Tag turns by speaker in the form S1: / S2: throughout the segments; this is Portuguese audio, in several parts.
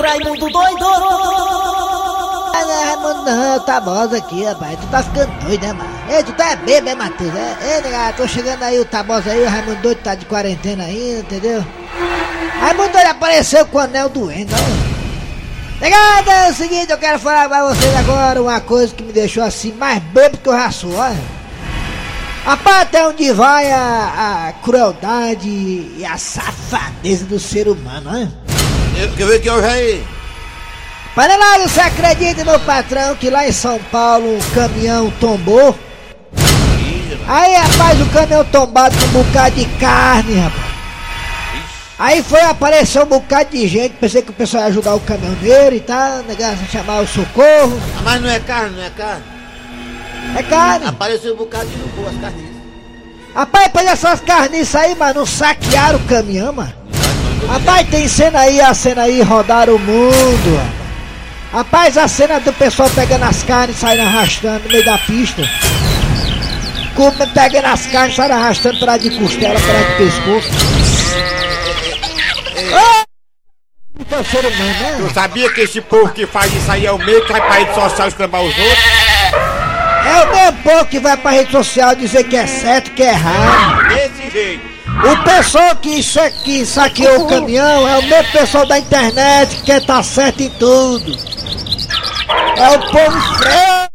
S1: Raimundo doido! Ah, não, Raimundo não, tá Tabosa aqui, rapaz. Tu tá ficando doido, né, mano? Ei, tu tá bêbado, é, Matheus? É, Ei, nega, tô chegando aí, o Tabosa aí, o Raimundo doido tá de quarentena ainda, entendeu? Raimundo doido apareceu com o anel doendo, ó. Negada, é o seguinte, eu quero falar pra vocês agora uma coisa que me deixou assim mais bêbado que o raço, olha. Rapaz, até onde vai a, a crueldade e a safadeza do ser humano, hein?
S2: Eu, quer ver que hoje é aí?
S1: Panelário, você acredita, meu patrão, que lá em São Paulo um caminhão tombou?
S2: Ih, rapaz.
S1: Aí, rapaz, o caminhão tombado com um bocado de carne, rapaz.
S2: Ixi,
S1: Aí foi aparecer um bocado de gente, pensei que o pessoal ia ajudar o caminhoneiro e tal, negócio chamar o socorro.
S2: Mas não é carne, não é carne.
S1: É carne.
S2: Apareceu um bocadinho no cu, as carniças.
S1: Rapaz, pois essas carniças aí, mano, saquearam o caminhão, mano. Rapaz, tem cena aí, a cena aí, rodar o mundo. rapaz. Rapaz, a cena do pessoal pegando as carnes e saindo arrastando no meio da pista. Como pegando as carnes, saindo arrastando pra de costela, pra de pescoço. Ah! Então, ser humano, né?
S3: Eu sabia que esse povo que faz isso aí é o meio que vai pra rede social escambar os outros.
S1: É o meu povo que vai pra rede social dizer que é certo, que é errado.
S3: Desse jeito.
S1: O pessoal que, sa- que saqueou o caminhão é o mesmo pessoal da internet que quer tá certo em tudo. É o povo freio.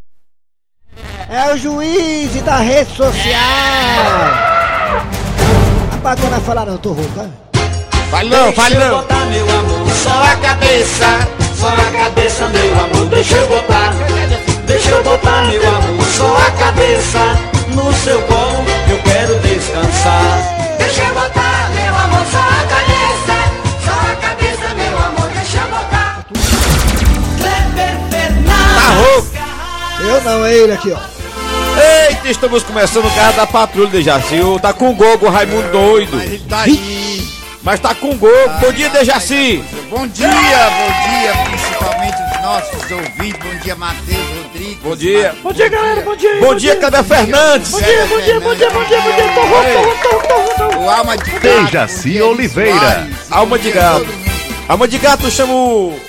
S1: É o juiz da rede social. Rapaz, não vai falar não, eu tô rouco, né?
S3: Fale não, fale não.
S4: Só a cabeça, só a cabeça, meu amor, deixa eu botar. Deixa eu botar, meu amor, só a cabeça no seu colo, eu quero descansar. Deixa eu botar, meu amor, só a cabeça, só a cabeça, meu amor, deixa eu botar. Kleber
S3: Tá
S4: Fernandes.
S3: rouco.
S1: Eu não, é ele aqui, ó.
S3: Eita, estamos começando o carro da patrulha de Jaci. Ô, Tá com gogo, Raimundo
S2: É,
S3: doido.
S5: Mas ele tá aí.
S3: Mas tá com gogo. Bom dia,
S2: tá
S3: Dejaci.
S5: Bom dia, bom dia, principalmente os nossos ouvintes. Bom dia, Matheus Rodrigues.
S3: Bom dia.
S5: Mar-
S6: Bom dia, galera. Bom dia.
S3: Bom dia, Cadê Fernandes.
S6: Bom dia, bom dia, bom dia, bom dia, bom dia. Tô rouco, tô rouco, tô rouco, tô rouco, tô rouco.
S5: O Alma de Gato.
S7: Dejaci
S5: Denis
S7: Oliveira.
S5: Soares.
S3: Alma de
S5: Bom dia a
S3: Gato.
S5: todo mundo.
S3: Alma de gato chama o.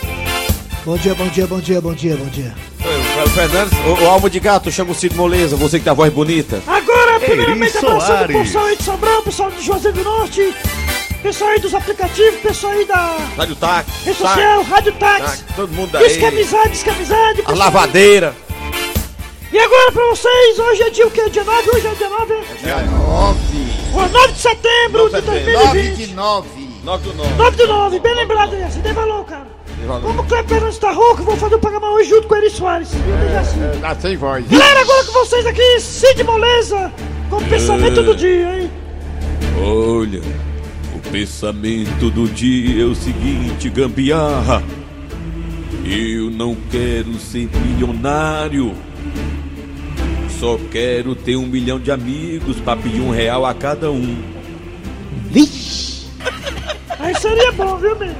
S1: Bom dia, bom dia, bom dia, bom dia, bom dia.
S3: o Fernandes. O, o alma de gato chama o Cid Moleza, você que tá a voz bonita.
S6: Agora, primeiramente,
S7: Eri
S6: abraçando o
S7: Soares.
S6: pessoal aí de Sobrão, pessoal de Juazeiro do Norte, pessoal aí dos aplicativos, pessoal aí da
S3: Rádio Tac.
S6: rede
S3: tac,
S6: social, rádio táxi.
S3: tac, Todo mundo
S6: Diz que é
S3: daí.
S6: amizade, diz que é amizade.
S3: A
S6: pessoal.
S3: lavadeira.
S6: E agora pra vocês, hoje é dia o quê? Dia 9? Hoje é dia 9?
S5: Nove.
S6: Ó, 9 de setembro de
S5: Nove de
S6: 2020.
S5: nove.
S3: 9 do 9.
S6: 9 de 9, bem lembrado, essa ideia valor, cara. Como o Cleber Fernandes tá rouco, eu vou fazer o programa hoje junto com o Eri Soares. Viu, Dejaci?
S5: Tá sem voz.
S6: Galera, agora com vocês aqui, Cid Moleza, com o pensamento
S5: Ah.
S6: do dia, hein?
S8: Olha, o pensamento do dia é o seguinte, gambiarra. Eu não quero ser milionário. Só quero ter um milhão de amigos pra pedir um real a cada um.
S1: Vixe!
S6: Aí seria bom, viu, menino?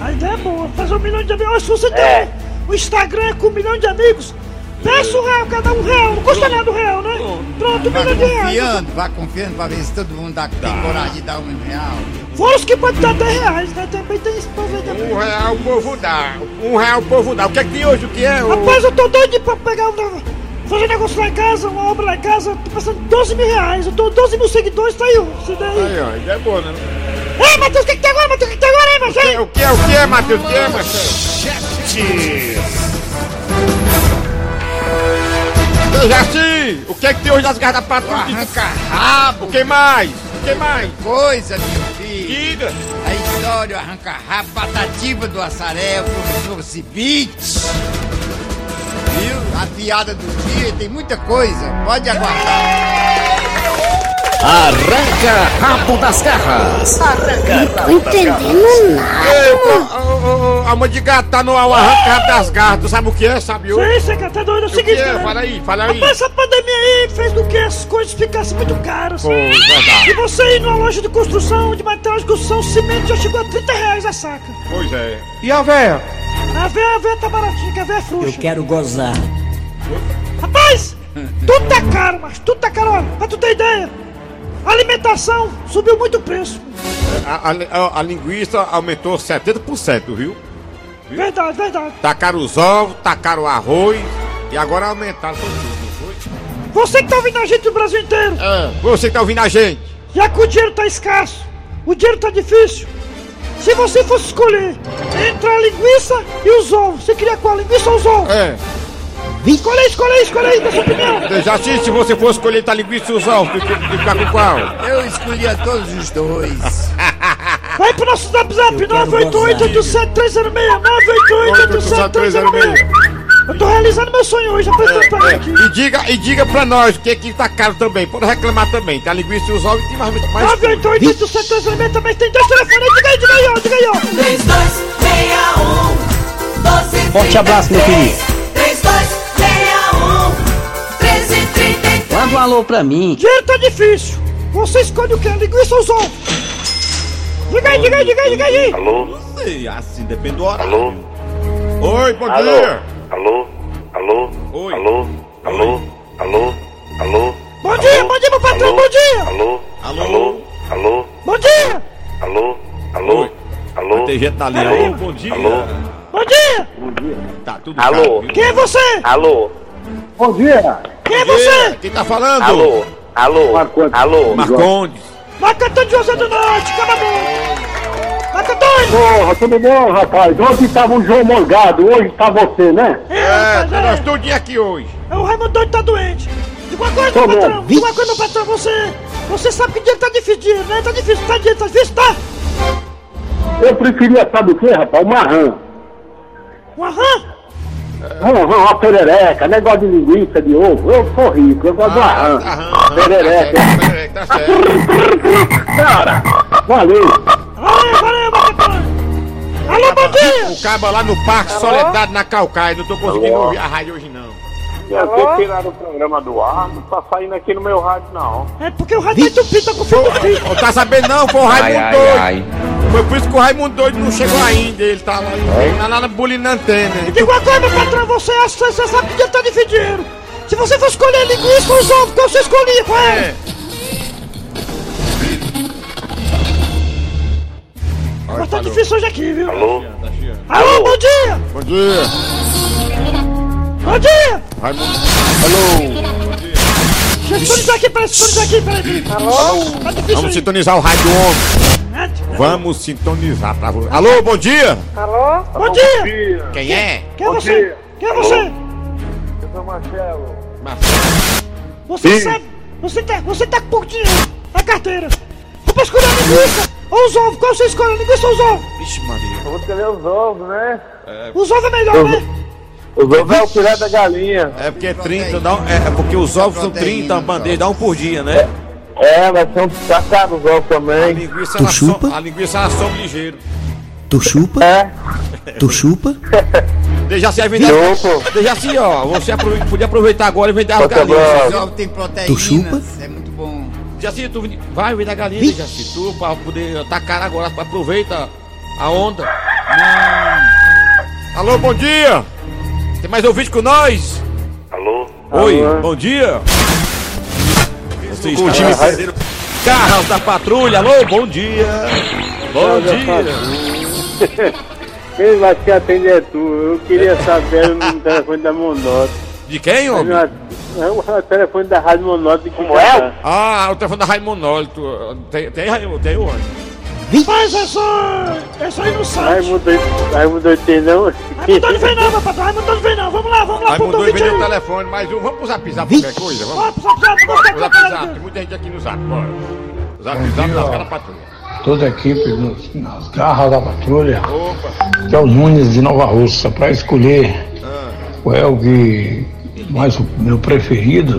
S6: A ideia é boa, fazer um milhão de amigos. Olha, Se você tem o Instagram com um milhão de amigos, peça um real, cada um real, não custa nada um real, né? Pronto, um
S5: Vá
S6: milhão de reais.
S5: confiando, vá confiando pra ver se todo mundo dá, tem coragem de dar um real.
S6: Fora os que podem dar 10 reais, né? Também tem esse povo aí também.
S3: Um real o povo dá. Um real o povo dá. O que é que tem hoje? O que é? ô?
S6: Rapaz, eu tô doido pra pegar um. nego- Fazer um negócio lá em casa, uma obra lá em casa, tô passando 12 mil reais, eu tô 12 mil seguidores, tá aí, ó, se daí.
S3: Aí, ó, ele é bom, né?
S6: Ei, Matheus, o que que tem agora, Matheus, o que que tem agora, hein, Marcelo?
S3: É, O que é, o que é, Matheus? O que é, Marcelo? Jaci, o que é que tem hoje nas garras da patrulha?
S5: Arranca rabo,
S3: O que mais? O que mais?
S5: coisa, meu filho.
S3: Diga.
S5: A história o arranca-rabo, patativa do assaré, o professor Cibite. Viu? A piada do dia, tem muita coisa. Pode aguardar.
S4: Arranca rabo das garras.
S3: Ei, ô, ô, ô, ô, alma de gato tá no ao arrancar das garras. Tu sabe o que é, sabe? O
S6: Sim, você que tá doido, é o
S3: que
S6: seguinte,
S3: é?
S6: galera.
S3: Fala aí, fala aí.
S6: Rapaz, essa pandemia aí fez com que as coisas ficassem muito caras.
S3: Pô, verdade.
S6: E você ir numa loja de construção, de material de construção, cimento já chegou a 30 reais a saca.
S3: Pois é.
S6: A véia, a véia tá baratinha, que a véia é frouxa.
S4: Quero gozar.
S6: Rapaz, tudo tá caro, mas tudo tá caro. Olha, pra tu ter ideia, a alimentação subiu muito o preço.
S3: A, a, a- a linguiça aumentou 70%, viu? viu?
S6: Verdade, verdade.
S3: Tacaram os ovos, tacaram o arroz e agora aumentaram tudo, não foi?
S6: Você que tá ouvindo a gente do Brasil inteiro,
S3: Você que tá ouvindo a gente,
S6: já que o dinheiro tá escasso, o dinheiro tá difícil. Se você fosse escolher entre a linguiça e os ovos, você queria qual? A linguiça ou os ovos?
S3: é.
S6: Escolhe aí, escolhe aí, escolhe aí, da sua opinião.
S3: Já se se você fosse colher tá linguiça e os ovos, tu- tu- tu ficar com qual?
S5: Eu escolhia todos os dois.
S6: Vai pro nosso zap zap, 988-87306, 988-87306. Eu tô realizando meu sonho hoje, apresentando pra mim aqui.
S3: E diga, e diga pra nós o que que tá caro também, pode reclamar também, tá linguiça e os ovos tem mais muito
S6: Tá
S3: mais.
S6: 988-87306 também tem dois telefones, diga aí, diga aí, ó, diga aí, ó.
S9: 3261 Forte abraço, meu querido. 3261
S4: Manda um alô pra
S3: Hum.
S4: mim.
S6: Dinheiro tá difícil. Você escolhe o que? Linguiça ou os ovos? Diga aí, diga aí, diga aí, diga aí.
S7: Alô,
S3: Não sei, assim, depende do horário.
S7: alô,
S3: Oi, bom
S7: alô,
S3: dia.
S7: alô, alô,
S3: Oi.
S7: alô, alô, alô, alô.
S6: Bom dia, bom dia, meu patrão, bom dia.
S7: Alô,
S3: Alô.
S7: alô, alô,
S6: Bom dia,
S7: alô, alô,
S3: Oi.
S7: alô.
S3: Tem gente né? na linha.
S7: Alô?
S3: Ô, Bom dia.
S7: Alô?
S6: bom dia.
S3: Tá tudo
S7: Alô?
S3: caro, viu?
S6: Quem é você?
S7: Alô,
S6: Quem é você?
S3: Quem tá falando?
S7: alô, alô, alô.
S3: Marcondes.
S6: Macatão de José do Norte, cala a boca. Macatão.
S10: Porra, tudo bom, rapaz? Ontem tava o João Morgado, hoje tá você, né?
S3: É, tá nós tudinho aqui hoje.
S6: É o Raimundo doido tá doente. Diga uma coisa, meu
S10: Tá bom.
S6: patrão. Diga uma coisa, meu patrão. Você, você sabe que dinheiro tá difícil, dinheiro, né? Tá difícil, tá dinheiro, tá difícil, tá?
S10: Eu preferia, sabe o quê, rapaz? Uma rã.
S6: Uma rã?
S10: Rã, rã, uma perereca, negócio de linguiça, de ovo. Eu sou rico, eu
S3: Ah,
S10: gosto de uma Ah, tá rã. perereca.
S3: Tá
S10: ah,
S3: certo.
S10: Cara, valeu.
S6: Valeu, valeu, Macatão. Alô, bom dia.
S3: O caba lá no Parque Soledade na Calcaia. Não tô conseguindo
S10: Alô?
S3: ouvir a rádio hoje, não.
S10: Vocês tiraram o programa do ar, não tá saindo aqui no meu rádio, não.
S6: É porque o rádio tá entupido, tá com fio do fio.
S3: Não tá sabendo não, foi o Raimundo Doido. Foi por isso que o Raimundo Doido não chegou ainda. Ele tá lá, tá lá na Bulina Antena.
S6: Diga uma coisa, meu patrão. Você acha que você sabe que dinheiro tá difícil, dinheiro. Se você for escolher linguiça ou os ovos, qual você escolhia? Qual é?
S3: É.
S6: Mas tá difícil hoje aqui, viu?
S7: Alô,
S6: Alô, bom dia!
S3: Bom dia.
S6: Bom dia!
S3: Alô.
S6: Estamos aqui, peraí, estamos aqui, peraí. Alô? Tá difícil
S3: Vamos
S6: aí.
S3: sintonizar o rádio homem.
S6: Né?
S3: Vamos sintonizar pra você. Alô, bom dia.
S6: Bom dia!
S3: Quem é?
S6: Quem é você? Quem é você?
S10: Eu sou Marcelo.
S6: Você sabe? Você tá, você tá com pouco dinheiro na carteira. Você pra escolher a linguiça ou os ovos? Qual você escolhe? A linguiça ou os ovos?
S3: Vixe, Maria.
S10: Eu vou escolher os ovos, né?
S6: Os ovos é melhor, né?
S10: Os ovos é o filé da galinha.
S3: É porque é 30, dá um- é, é porque os ovos são 30, a bandeja dá um por dia, né?
S10: É, mas são sacados os ovos
S3: A
S10: também.
S3: linguiça, ela
S11: chupa?
S3: som- a linguiça ela some ligeiro.
S11: Tu chupa?
S10: É,
S11: Tu chupa?
S3: Deixa se vender.
S10: louco.
S3: Deixa assim, ó. Você aprove- podia aproveitar agora e vender as
S10: Tá
S3: galinhas.
S10: bom.
S5: Os ovos têm
S11: Tu chupa?
S5: proteínas. É muito bom.
S3: Jaci, assim, tu vende- vai vender a galinha, de Jaci, tu, pra poder atacar agora, aproveita a onda. Hum. Alô, bom dia! Tem mais ouvinte com nós?
S7: alô,
S3: Oi,
S10: Alô.
S3: bom dia! Você está time Carros da patrulha, alô, bom dia! Bom dia!
S10: Quem vai te atender é tu. Eu queria saber o telefone da Monota.
S3: De quem, homem?
S10: é O telefone da Rádio Monota. Como é?
S3: Ah, o telefone da Raimundo Nolito. Tem, tem, Raimundo, tem o anjo.
S6: Mas é só. É só ir no site.
S10: Raimundo Raimundo tem não?
S6: Raimundo não vem não, meu patrão. Raimundo não vem não. Vamos lá, vamos lá,
S3: Raimundo
S6: puta
S3: Doido
S6: vídeo
S3: vendeu o
S6: aí.
S3: telefone, mas um- vamos pro zap zap qualquer coisa, vamos.
S6: Ó, pessoal, pessoal, vamos
S3: O
S6: lá,
S3: Zap
S6: pessoal,
S3: Zap, tem muita gente aqui no Zap, bora. Zap Zap nas caras patrulha.
S10: Toda a equipe dos- nas garras da patrulha, que é o Nunes de Nova Russa, para escolher qual é o que mais o meu preferido,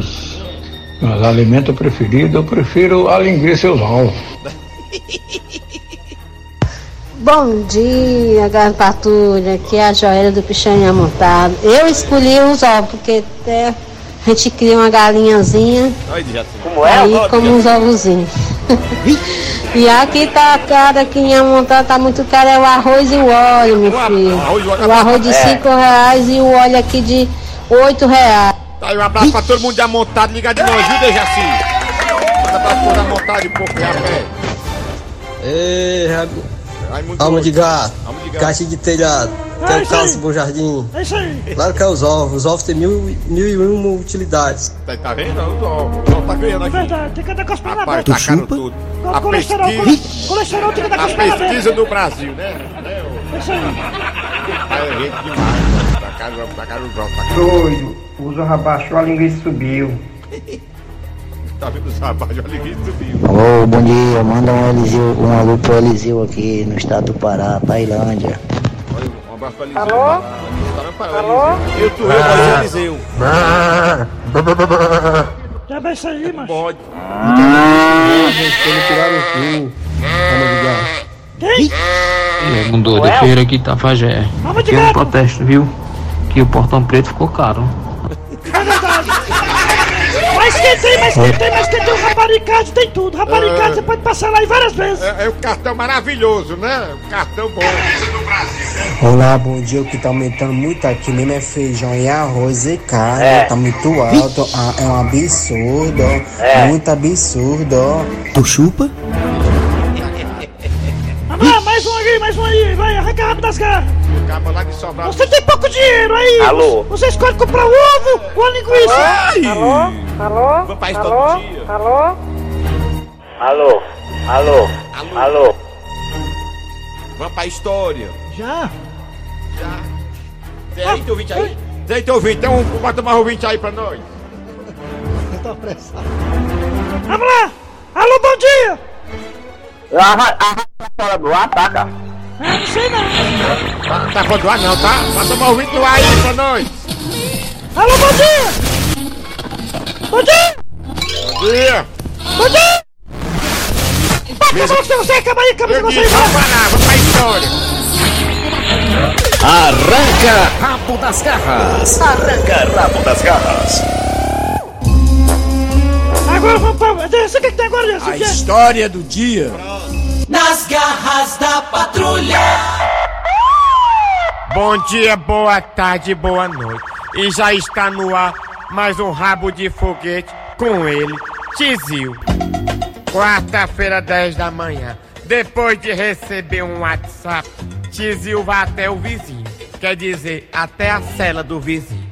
S10: meus alimentos preferidos, eu prefiro a linguiça e os ovos.
S9: Bom dia, Garra Patrulha, que é a Joelha do Pichanha Montado. Eu escolhi os ovos, porque até a gente cria uma galinhazinha
S10: Como
S9: aí como uns ovozinhos. e aqui tá cara, aqui em Amontado tá muito caro, é o arroz e o óleo, meu
S3: Uma- arroz e
S9: filho.
S3: óleo.
S9: O arroz de cinco reais e o óleo aqui de oito reais.
S3: Tá aí, um abraço pra todo mundo de amontado, ligado de nós, viu, Dejaci? Manda pra toda amontado e pouco de a pé.
S4: Ei,
S3: Raimundo
S4: alma de
S3: Doido.
S4: gato,
S3: Alma de gato.
S4: caixa de telhado.
S12: que é
S6: É
S12: o
S6: isso aí.
S12: Carlos Bom Jardim.
S6: É isso aí.
S12: Claro que é os ovos. Os ovos têm mil, mil e uma utilidades.
S3: Tá, tá vendo? Os ovos. Os ovos tá ganhando aqui.
S6: Verdade, tem que andar com as pernas
S3: Rapaz,
S6: abertas.
S3: tacaram tudo.
S6: Col-
S3: A
S6: colesterol,
S3: pesquisa-
S6: col- colesterol tem que andar com as
S3: A
S6: pernas
S3: pesquisa
S6: abertas.
S3: do Brasil, né?
S6: É isso aí.
S3: Tá gente demais. Tacaram os ovos, tacaram os ovos. tacaram os ovos.
S13: Doido, o zorra baixou, a linguiça subiu.
S3: Tá vendo os rapazes? Olha que subiu.
S14: Alô, bom dia. Manda um, Eliseu, um alô pro Eliseu aqui no estado do Pará, Tailândia.
S3: Um abraço pra Eliseu. Alô? Alô? Eu tô eu, mas é Eliseu.
S6: Já vai sair, macho.
S3: Pode.
S6: Quem?
S15: Mundo de feira aqui, Tafajé.
S6: Vamos de
S15: Tem um
S6: gato.
S15: protesto, viu? Que o portão preto ficou caro.
S6: É verdade. Mas quem tem, mas quem tem, mas quem tem o raparicado, tem tudo. Raparicado, você pode passar lá em várias vezes.
S3: É, é um cartão maravilhoso, né? Um cartão bom.
S16: Olá, bom dia. O que tá aumentando muito aqui mesmo é feijão e arroz e carne.
S17: É.
S16: Tá muito alto. Ah, é um absurdo.
S17: É.
S16: Muito absurdo.
S18: Tu chupa?
S6: Amar, mais um aí, mais um aí. Vai, arranca rápido das garras.
S3: Acaba lá que sobra.
S6: Você tem pouco dinheiro aí.
S3: Alô?
S6: Você escolhe comprar ovo ou a linguiça.
S3: Ai.
S6: Alô?
S3: Papai, todo dia.
S6: Alô?
S3: Alô? Alô? Alô? Vamos pra história.
S6: Já?
S3: Já.
S6: Ah.
S3: Tem teu ouvinte aí? Tem teu ouvinte. Então bota mais ouvinte aí pra nós.
S1: Eu tô apressado.
S6: Vamos lá. Alô, bom dia.
S3: Fora do ar, tá, cara?
S6: Ah, não sei não.
S3: Tá, tá fora do ar não, tá? Bota mais ouvinte no ar aí pra nós.
S6: Alô, bom dia. Bom dia.
S3: Bom dia.
S6: Bom dia. Pá, Acabou com você, acaba aí, acaba com você. Vamos
S3: parar, vamos pra história.
S4: Arranca rabo das garras. Arranca rabo das garras.
S6: Agora vamos pra... Você quer que tem agora, Jesse?
S5: A história do dia.
S7: Nas garras da patrulha.
S3: Bom dia, boa tarde, boa noite. E já está no ar mais um rabo de foguete com ele, Tizil. Quarta-feira, 10 da manhã. Depois de receber um WhatsApp, Tizil vai até o vizinho. Quer dizer, até a cela do vizinho.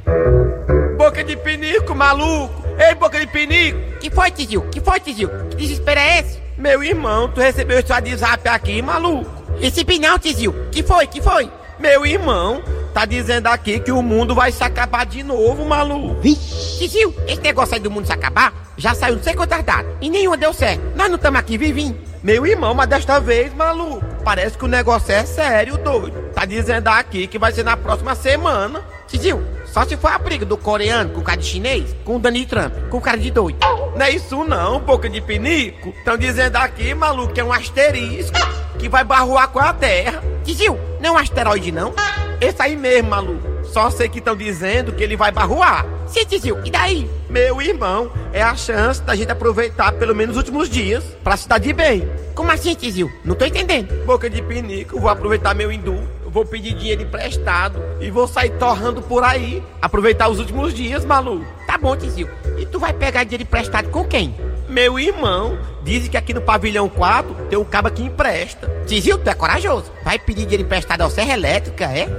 S3: Boca de pinico, maluco! Ei, boca de pinico! Que foi, Tizil? Que foi, Tizil? Que desespero é esse? Meu irmão, tu recebeu esse WhatsApp aqui, maluco? Recebi não, Tizil. Que foi, que foi? Meu irmão, tá dizendo aqui que o mundo vai se acabar de novo, maluco. Tizil, esse negócio aí do mundo se acabar já saiu não sei quantas datas e nenhuma deu certo. Nós não estamos aqui vivinho. Meu irmão, mas desta vez, maluco, parece que o negócio é sério, doido. Tá dizendo aqui que vai ser na próxima semana. Tizil, só se for a briga do coreano com o cara de chinês, com o Dani Trump, com o cara de doido. Não é isso não, boca de pinico. Estão dizendo aqui, maluco, que é um asterisco que vai barroar com a Terra. Tizil, não é um asteroide não. Esse aí mesmo, maluco. Só sei que estão dizendo que ele vai barroar. Sim, Tizil, e daí? Meu irmão, é a chance da gente aproveitar pelo menos os últimos dias pra se dar de bem. Como assim, Tizil? Não tô entendendo. Boca de pinico, vou aproveitar meu hindu eu vou pedir dinheiro emprestado e vou sair torrando por aí. Aproveitar os últimos dias, maluco. Tá bom, Tizil. E tu vai pegar dinheiro emprestado com quem? Meu irmão. Dizem que aqui no pavilhão 4 tem um caba que empresta. Tizil, tu é corajoso. Vai pedir dinheiro emprestado ao Serra Elétrica, é?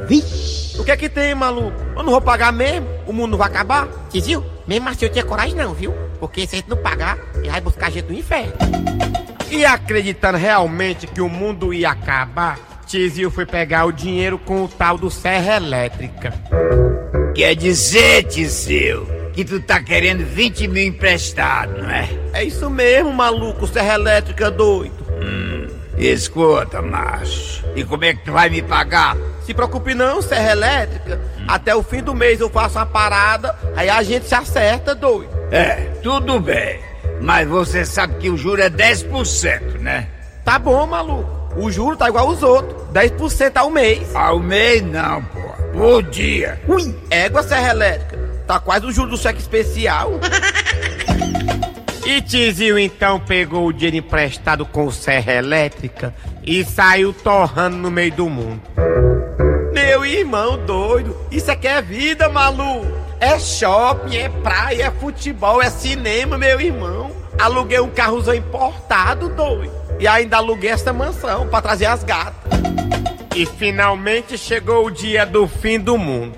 S3: O que é que tem, maluco? Eu não vou pagar mesmo. O mundo não vai acabar. Tizil, mesmo assim eu tinha coragem não, viu? Porque se a gente não pagar, ele vai buscar a gente no inferno. E acreditando realmente que o mundo ia acabar, Tizil foi pegar o dinheiro com o tal do Serra Elétrica.
S19: Quer dizer, Tizil, que tu tá querendo 20 mil emprestado, não é?
S3: É isso mesmo, maluco, Serra Elétrica é doido.
S19: Escuta, macho. E como é que tu vai me pagar?
S3: Se preocupe não, Serra Elétrica. Até o fim do mês eu faço uma parada, aí a gente se acerta, doido.
S19: É, tudo bem. Mas você sabe que o juro é 10%, né?
S3: Tá bom, maluco. O juro tá igual aos outros. 10% ao mês.
S19: Ao mês não, pô. Por dia.
S3: Ui, égua Serra Elétrica. Tá quase o juro do cheque especial. e Tizio então pegou o dinheiro emprestado com o Serra Elétrica e saiu torrando no meio do mundo. Meu irmão doido, isso aqui é vida, maluco. É shopping, é praia, é futebol, é cinema, meu irmão. Aluguei um carrozão importado, doido. E ainda aluguei essa mansão pra trazer as gatas. E finalmente chegou o dia do fim do mundo.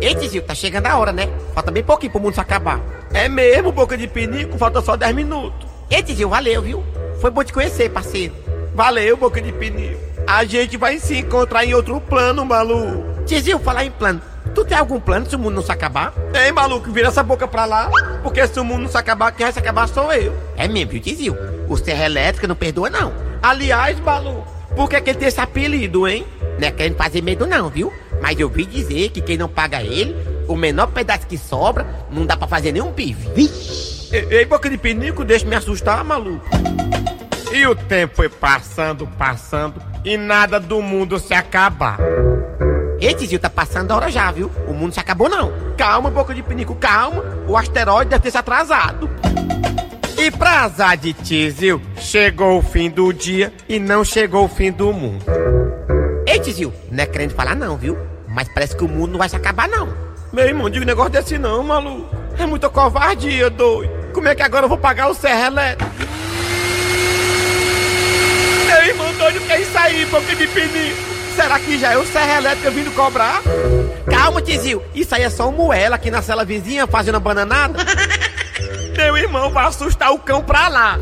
S17: Ei, Tizil, tá chegando a hora, né? Falta bem pouquinho pro mundo se acabar.
S3: É mesmo, boca de pinico, falta só 10 minutos.
S17: Ei, Tizil, valeu, viu? Foi bom te conhecer, parceiro.
S3: Valeu, boca de pinico. A gente vai se encontrar em outro plano, maluco.
S17: Tizil, falar em plano. Tu tem algum plano se o mundo não se acabar?
S3: Ei, maluco, vira essa boca pra lá. Porque se o mundo não se acabar, quem vai se acabar sou eu.
S17: É mesmo, viu, Tizil? O Serra Elétrica não perdoa, não.
S3: Aliás, maluco, por que, que ele tem esse apelido, hein?
S17: Não é querendo fazer medo, não, viu? Mas eu vi dizer que quem não paga ele, o menor pedaço que sobra, não dá pra fazer nenhum pive.
S3: Vixe. Ei, boca de pinico, deixa me assustar, maluco. E o tempo foi passando, passando, e nada do mundo se acabar.
S17: Esse Zil tá passando a hora já, viu? O mundo se acabou não.
S3: Calma, boca de pinico, calma. O asteroide deve ter se atrasado. E pra azar de Tizil, chegou o fim do dia e não chegou o fim do mundo.
S17: Ei, Tizil, não é querendo falar não, viu? Mas parece que o mundo não vai se acabar não.
S3: Meu irmão, diga um negócio desse não, maluco. É muita covardia, doido. Como é que agora eu vou pagar o serra elétrico? Meu irmão doido, que é isso aí, boca de pinico? Será que já é o Serra Elétrica vindo cobrar?
S17: Calma, tizio. Isso aí é só um moela aqui na cela vizinha fazendo a bananada.
S3: Meu irmão vai assustar o cão pra lá.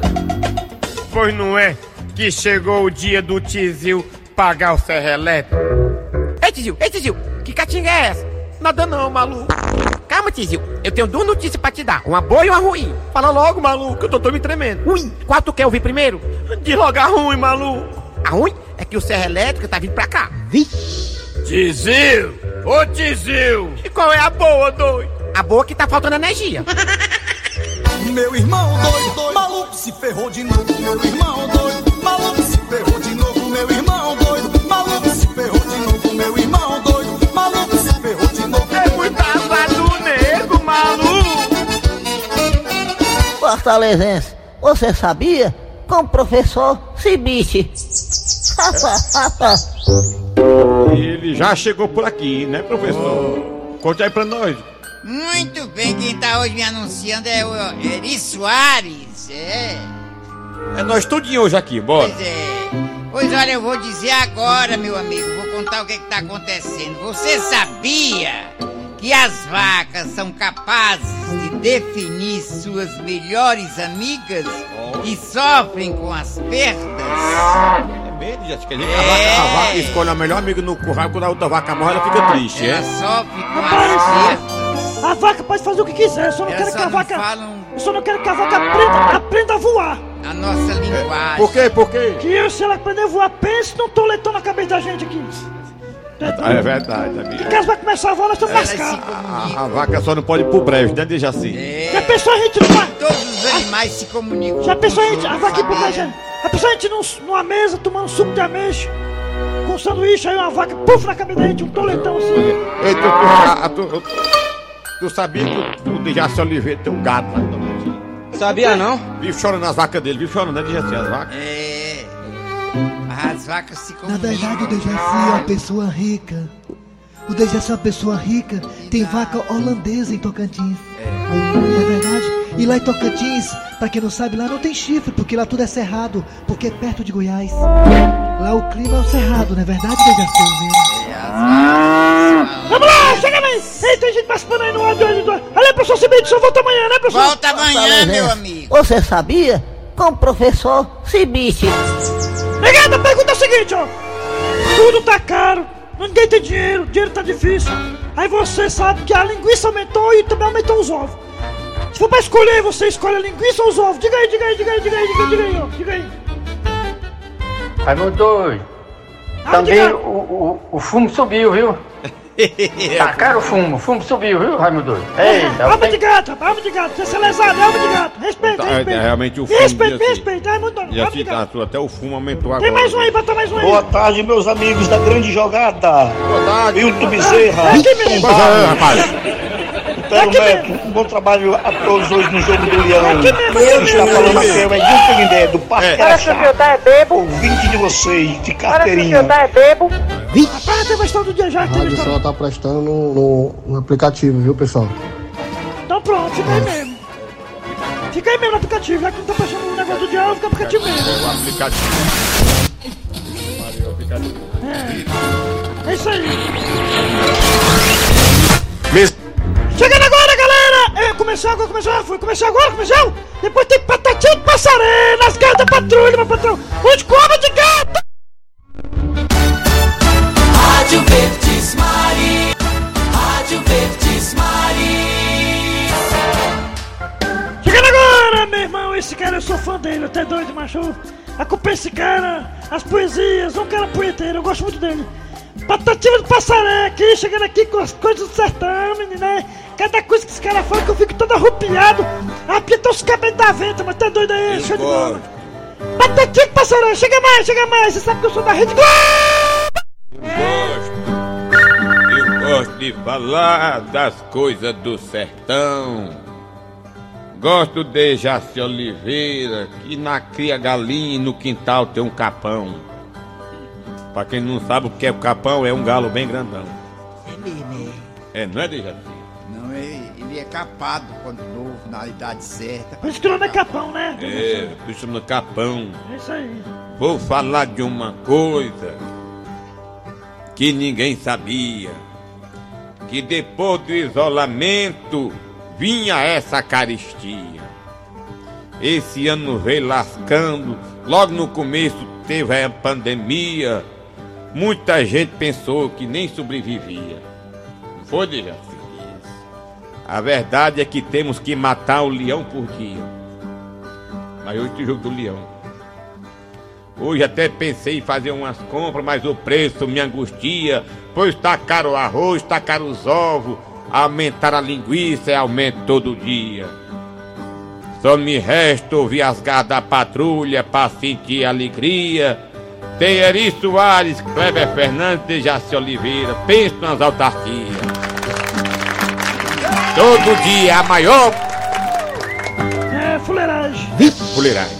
S3: Pois não é que chegou o dia do tizio pagar o Serra Elétrica?
S17: Ei, tizio, ei, tizio. Que catinga é essa?
S3: Nada não, maluco.
S17: Calma, tizio. Eu tenho duas notícias pra te dar. Uma boa e uma ruim.
S3: Fala logo, maluco. Eu tô, tô me tremendo.
S17: Ruim. Qual tu quer ouvir primeiro?
S3: De logo a ruim, maluco.
S17: A ruim é que o Serra Elétrica tá vindo pra cá.
S3: Tizil! Ô Tizil!
S17: E qual é a boa, doido? A boa é que tá faltando energia.
S4: Meu irmão doido, doido, maluco se ferrou de novo. Meu irmão doido, maluco se ferrou de novo. Meu irmão doido, maluco se ferrou de novo. Meu irmão doido, maluco se ferrou de novo.
S3: É muita do nego, maluco!
S1: Fortalezense, você sabia? Com o professor Cibite.
S20: Ele já chegou por aqui, né, professor? Oh. Conte aí pra nós.
S5: Muito bem, quem tá hoje me anunciando é o Eri Soares, é.
S20: É nós tudinho hoje aqui, bora.
S5: Pois é. Pois olha, eu vou dizer agora, meu amigo, vou contar o que, que tá acontecendo. Você sabia que as vacas são capazes de definir suas melhores amigas oh. e sofrem com as perdas?
S20: verde, já quer dizer É. que a vaca, a vaca escolhe a melhor amiga no curral, quando a outra vaca morre, ela fica triste,
S5: ela
S20: é?
S5: só fica
S6: a, a vaca pode fazer o que quiser, eu só não
S5: Ela
S6: quero
S5: só
S6: que a
S5: não
S6: vaca.
S5: fala um-
S6: Eu só não quero que a vaca aprenda, aprenda a voar.
S5: a nossa linguagem.
S20: Por quê? Por quê?
S6: Que eu, se ela aprender a voar, pense num toletão na cabeça da gente
S5: é
S6: aqui.
S20: Ah, é verdade,
S6: Porque
S20: amigo.
S6: elas vão começar a voar, nós
S20: é
S6: estamos
S20: assim
S6: lascados.
S20: A, a vaca só não pode ir pro brejo, né, Dejaci?
S6: Já pensou a gente numa.
S5: Todos os animais se comunicam.
S6: Já
S5: com
S6: pensou a
S5: os
S6: gente. A
S5: outros,
S6: vaca por
S5: sabia?
S6: trás, já- Já pensou a gente num- numa mesa tomando suco de ameixa? Com sanduíche, aí uma vaca, puf, na cabeça da gente, um toletão assim.
S20: Ei, tu, tu, a- a- tu- tu sabia que o, o Dejaci Oliveira tem um gato lá no
S12: Sabia não?
S20: Vive chorando as vacas dele, vive chorando, né, Dejaci? As vacas.
S5: É. Mas as vacas se
S21: Na
S5: comunicam.
S21: verdade, o Dejaci é uma pessoa rica. O Dejaci é uma pessoa rica. Tem vaca holandesa em Tocantins. É verdade. E lá em Tocantins, pra quem não sabe, lá não tem chifre, porque lá tudo é cerrado, porque é perto de Goiás. Lá o clima é o cerrado, não é verdade, Dejaci Oliveira?
S6: Vamos lá, chega aí! Ei, tem gente participando aí no áudio aí. do- Olha, professor Cibite, só volta amanhã, né, professor?
S5: Volta amanhã,
S6: né?
S5: meu amigo.
S1: Você sabia? Com o professor Cibite.
S6: Negada, a pergunta é a seguinte, ó. Tudo tá caro, ninguém tem dinheiro, dinheiro tá difícil. Aí você sabe que a linguiça aumentou e também aumentou os ovos. Se for pra escolher, você escolhe a linguiça ou os ovos? Diga aí, diga aí, diga aí, diga aí, diga aí, diga aí, ó, diga aí.
S12: Raimundo doido.
S6: Ah,
S12: Também
S6: diga-
S12: o, o, o fumo subiu, viu? tá caro o fumo, o fumo subiu, viu, Raimundo É. doido? Eita,
S6: Alma de gato, rapaz, alma de gato, você é lesado, é alma de gato. Respeita,
S20: Tá, é,
S6: respeita.
S20: é realmente o fumo
S6: Respeita,
S20: desse-
S6: respeita, é muito doido, alma de
S20: Dejaci,
S6: gato.
S20: tá, tu- até o fumo aumentou agora.
S6: Tem mais um aí, bota mais um aí.
S22: Boa tarde, meus amigos da grande jogada. Boa tarde.
S20: Ah,
S22: Milton Bezerra.
S6: Aqui mesmo.
S20: Pois é, rapaz.
S22: Pelo Neto, um bom trabalho a todos hoje no jogo do Leão. Quem
S6: Aqui mesmo, aqui
S22: está
S6: mesmo.
S22: falando aqui é o Edilson Lindé, do
S20: É.
S22: Parque
S20: Para
S22: da Chá. Ouvinte de vocês, de carteirinha.
S6: é bebo. Rapaz, tem uma história é do dia já, tem uma
S23: rádio
S6: história.
S23: só tá prestando no, no aplicativo, viu, pessoal? É.
S6: Então pronto, fica aí mesmo. Fica aí mesmo no aplicativo, já que não tá prestando o negócio do diabo, fica no aplicativo mesmo.
S20: O aplicativo.
S24: aplicativo.
S6: É isso aí.
S24: Mesmo.
S6: Chegando agora, galera! É, começou agora, começou, foi, começou agora, começou! Depois tem patatinha de passaré, nas garras da patrulha, meu patrão! Onde cobra de gata!
S9: Rádio Verdes Mari. Rádio Verdes Mari.
S6: Chegando agora, meu irmão, esse cara eu sou fã dele, até doido, macho. Acompanha esse cara, as poesias, é um cara punheteiro, eu gosto muito dele. Patativa do passaré aqui, chegando aqui com as coisas do certame, né? Cada coisa que esse cara fala que eu fico todo Ah, arrupiado, arrepita os cabelos da venta, mas tá doido aí, show de bola. Patativa do passaré, chega mais, chega mais, você sabe que eu sou da Rede Globo!
S3: Eu gosto de falar das coisas do sertão. Gosto de Jaci Oliveira, que na cria galinha e no quintal tem um capão. Pra quem não sabe o que é o capão, é um galo bem grandão.
S5: É mesmo,
S3: É, não é de Jaci?
S25: Não, ele, ele é capado quando novo, na idade certa.
S6: Por isso que o nome é capão, né?
S3: É, bicho no capão.
S6: É isso aí.
S3: Vou falar de uma coisa que ninguém sabia. Que depois do isolamento vinha essa caristia. Esse ano veio lascando, logo no começo teve a pandemia. Muita gente pensou que nem sobrevivia. Não foi, Dejaci? A verdade é que temos que matar o leão por dia. Mas hoje tem jogo do leão. Hoje até pensei em fazer umas compras, mas o preço me angustia, pois tá caro o arroz, tá caro os ovos, aumentar a linguiça e aumento todo dia. Só me resta ouvir as garras da patrulha pra sentir alegria. Tem Eri Soares, Kleber Fernandes e Jaci Oliveira, penso nas autarquias. Todo dia a maior
S6: É, fuleiragem.
S3: fuleiragem.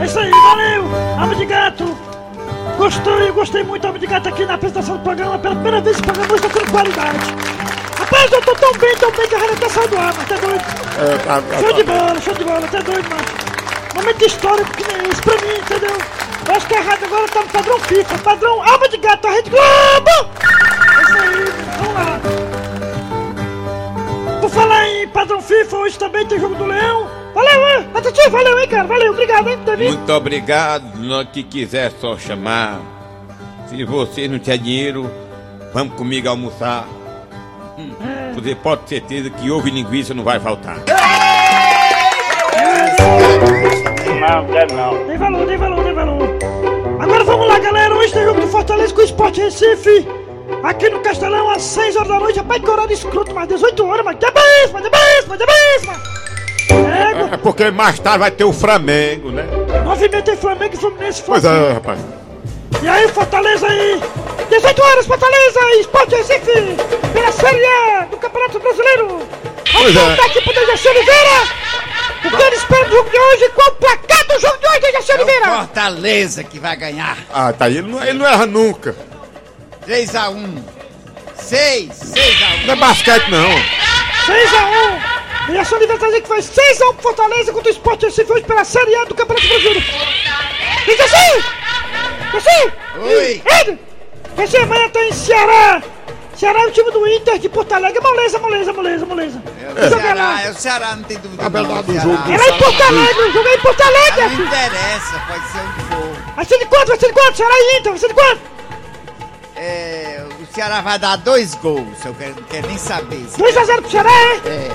S6: É isso aí, valeu! Alma de gato! Gostei, gostei muito da Alma de gato aqui na apresentação do programa. Pela primeira vez esse programa está tendo qualidade. Rapaz, eu tô tão bem, tão bem que a rádio tá saindo do ar, mas tá doido.
S3: É, tá- tá-
S6: show de
S3: tá-
S6: bola, show de bola, tá doido, mano. Momento histórico que nem esse pra mim, entendeu? Eu acho que a rádio agora tá no padrão FIFA, padrão Alma de gato, a Rede Globo! É isso aí, vamos lá. Por falar em padrão FIFA, hoje também tem jogo do Leão. Valeu, hein? Atati, valeu, hein, cara? Valeu, obrigado, hein, Davi?
S3: Muito obrigado, no que quiser só chamar. Se você não tiver dinheiro, vamos comigo almoçar. Você pode ter certeza que ovo e linguiça não vai faltar.
S6: Não,
S7: é
S6: quero não. Tem valor, tem valor, tem valor. Agora vamos lá, galera. Hoje tem jogo do Fortaleza com o Sport Recife. Aqui no Castelão, às 6 horas da noite. Rapaz, que horário escroto, mas 18 horas, mas que é isso, mas que é isso, mas que é isso, mano.
S3: É porque mais tarde vai ter o Flamengo, né?
S6: Movimento em Flamengo e Fluminense
S3: Pois
S6: Fortaleza.
S3: é, rapaz.
S6: E aí, Fortaleza aí. 18 horas, Fortaleza e Sport Recife. Pela Série A do Campeonato Brasileiro.
S3: Pois
S6: Vamos
S3: é.
S6: da equipe do Jaci Oliveira. O que eles esperam do jogo de hoje? Qual o placar do jogo de hoje, Jaci Oliveira?
S5: Fortaleza que vai ganhar.
S3: Ah, tá aí. Ele não, ele não erra nunca.
S5: 3x1. 6, 6x1.
S3: Não é basquete, não.
S6: 6x1! E a sua Libertadores que faz 6x1 pro Fortaleza contra o Sport Recife hoje pela Série A do Campeonato Brasileiro. Então E Cassi! Cassi!
S5: Oi!
S6: Ed! Cassi, amanhã tem Ceará! Ceará é o time do Inter de Porto Alegre. Moleza, moleza, moleza, moleza.
S5: É o Ceará, é o Ceará, não tem dúvida. não, Ceará.
S6: Era é em Porto Alegre, o jogo é em Porto Alegre!
S5: Não interessa, pode ser um onde for.
S6: Vai ser de quanto? Vai ser de quanto? Ceará e Inter, vai ser de quanto?
S5: É, o Ceará vai dar dois gols, eu quero, não quero nem saber.
S6: 2x0 pro Ceará, hein?
S5: É.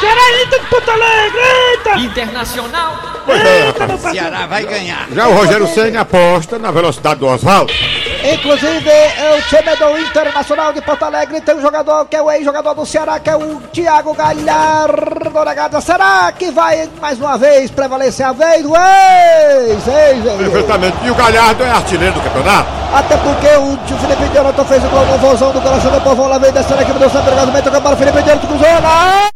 S6: Ceará e Inter de Porto Alegre! Eita!
S5: Internacional.
S3: Pois é, rapaz.
S5: O Ceará vai ganhar.
S3: Já o Rogério Senna aposta na velocidade do Oswaldo.
S1: Inclusive, é o time do Internacional de Porto Alegre tem um jogador que é o ex-jogador do Ceará, que é o Thiago Galhardo Negada. Será que vai mais uma vez prevalecer a vez do ex? ex, ex, ex.
S3: Perfeitamente. E o Galhardo é artilheiro do campeonato.
S1: Até porque o tio Felipe Deonato fez o gol no vozão do coração do povão. Lá vem descendo aqui, deu sempre gás, meteu a bola, Felipe Deonato cruzou lá.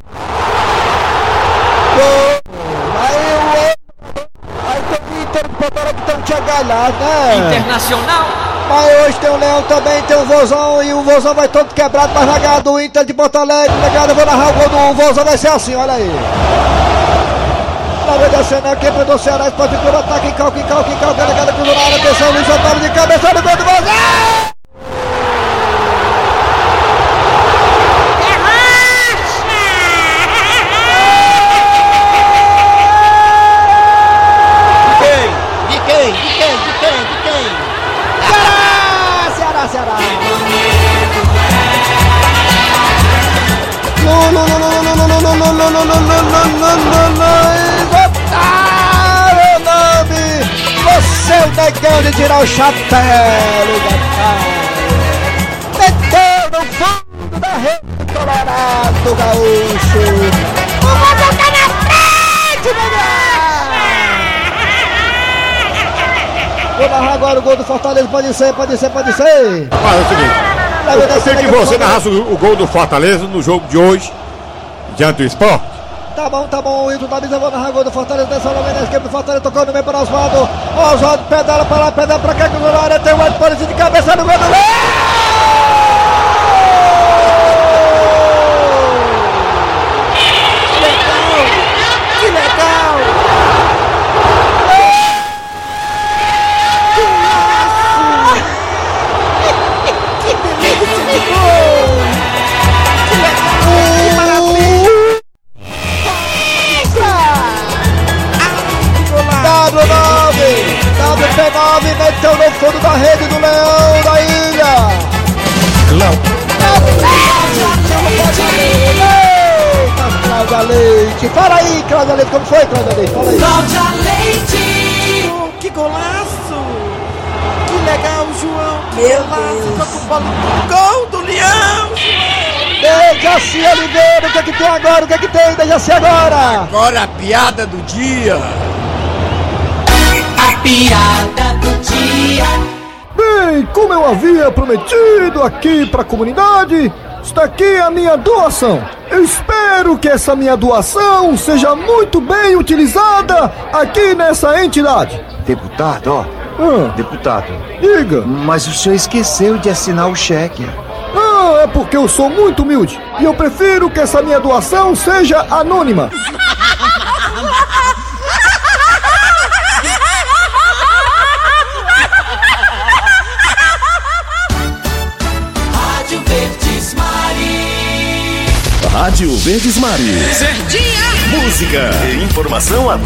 S1: Gol! Aí o Aí tem o Inter do Porto Alegre, tem o Thiago Galhardo, né?
S26: Internacional.
S1: Mas hoje tem o Leão também, tem o Vozão e o Vozão vai todo quebrado, mas vai ganhar do Inter de Porto Alegre. Negado, eu vou narrar o gol do Vozão, vai ser assim, olha aí. na mediacional, quem prendeu o Ceará, Esporte Clube, ataque, calca, calca, calca, negada, cruzou na área, atenção, Luiz Antônio de cabeça, olha o gol do Brasil!
S9: De quem? De quem? De quem? De quem?
S1: Ceará! Ceará, Ceará! Votaram o nome! Você é o negão de tirar o chapéu, Lugatá! Meteu no fundo da rede Colorado Gaúcho! O Vovô tá na frente, Vou narrar agora o gol do Fortaleza, pode ser, pode ser, pode ser!
S3: Mas é o seguinte, eu sei que você narrasse o, o gol do Fortaleza no jogo de hoje, diante do esporte.
S1: Tá bom, tá bom, o Hilton da mesa, vou narrar o gol do Fortaleza, desceu na esquerda do Fortaleza, tocou no meio para Oswaldo, Oswaldo pedala para lá, pedala para cá, que na área, tem o Edson Paredes de cabeça no gol do Leão!
S9: Que legal! Que delícia de gol! Que legal!
S1: W9, WP9, meteu no fundo da rede do Leão da Ilha! Eita, Cláudia Leite! Fala aí, Cláudia Leite, como foi, Cláudia Leite? Fala aí!
S9: Cláudia Leite! Que golaço! Que legal, João! Que
S1: Meu
S9: golaço! Tô com bola. Gol do Leão!
S1: Dejaci Oliveira, o que é que tem agora? O que é que tem, Dejaci, agora?
S27: Agora a piada do dia.
S9: A piada do dia!
S4: Bem, como eu havia prometido aqui para a comunidade, está aqui a minha doação. Eu espero que essa minha doação seja muito bem utilizada aqui nessa entidade.
S28: Deputado, ó. Deputado.
S4: Diga.
S28: Mas o senhor esqueceu de assinar o cheque.
S4: Ah, é porque eu sou muito humilde e eu prefiro que essa minha doação seja anônima.
S9: Rádio Verdes Mari!
S29: Rádio Verdes Mari.
S9: Verdinha!
S29: Música e informação a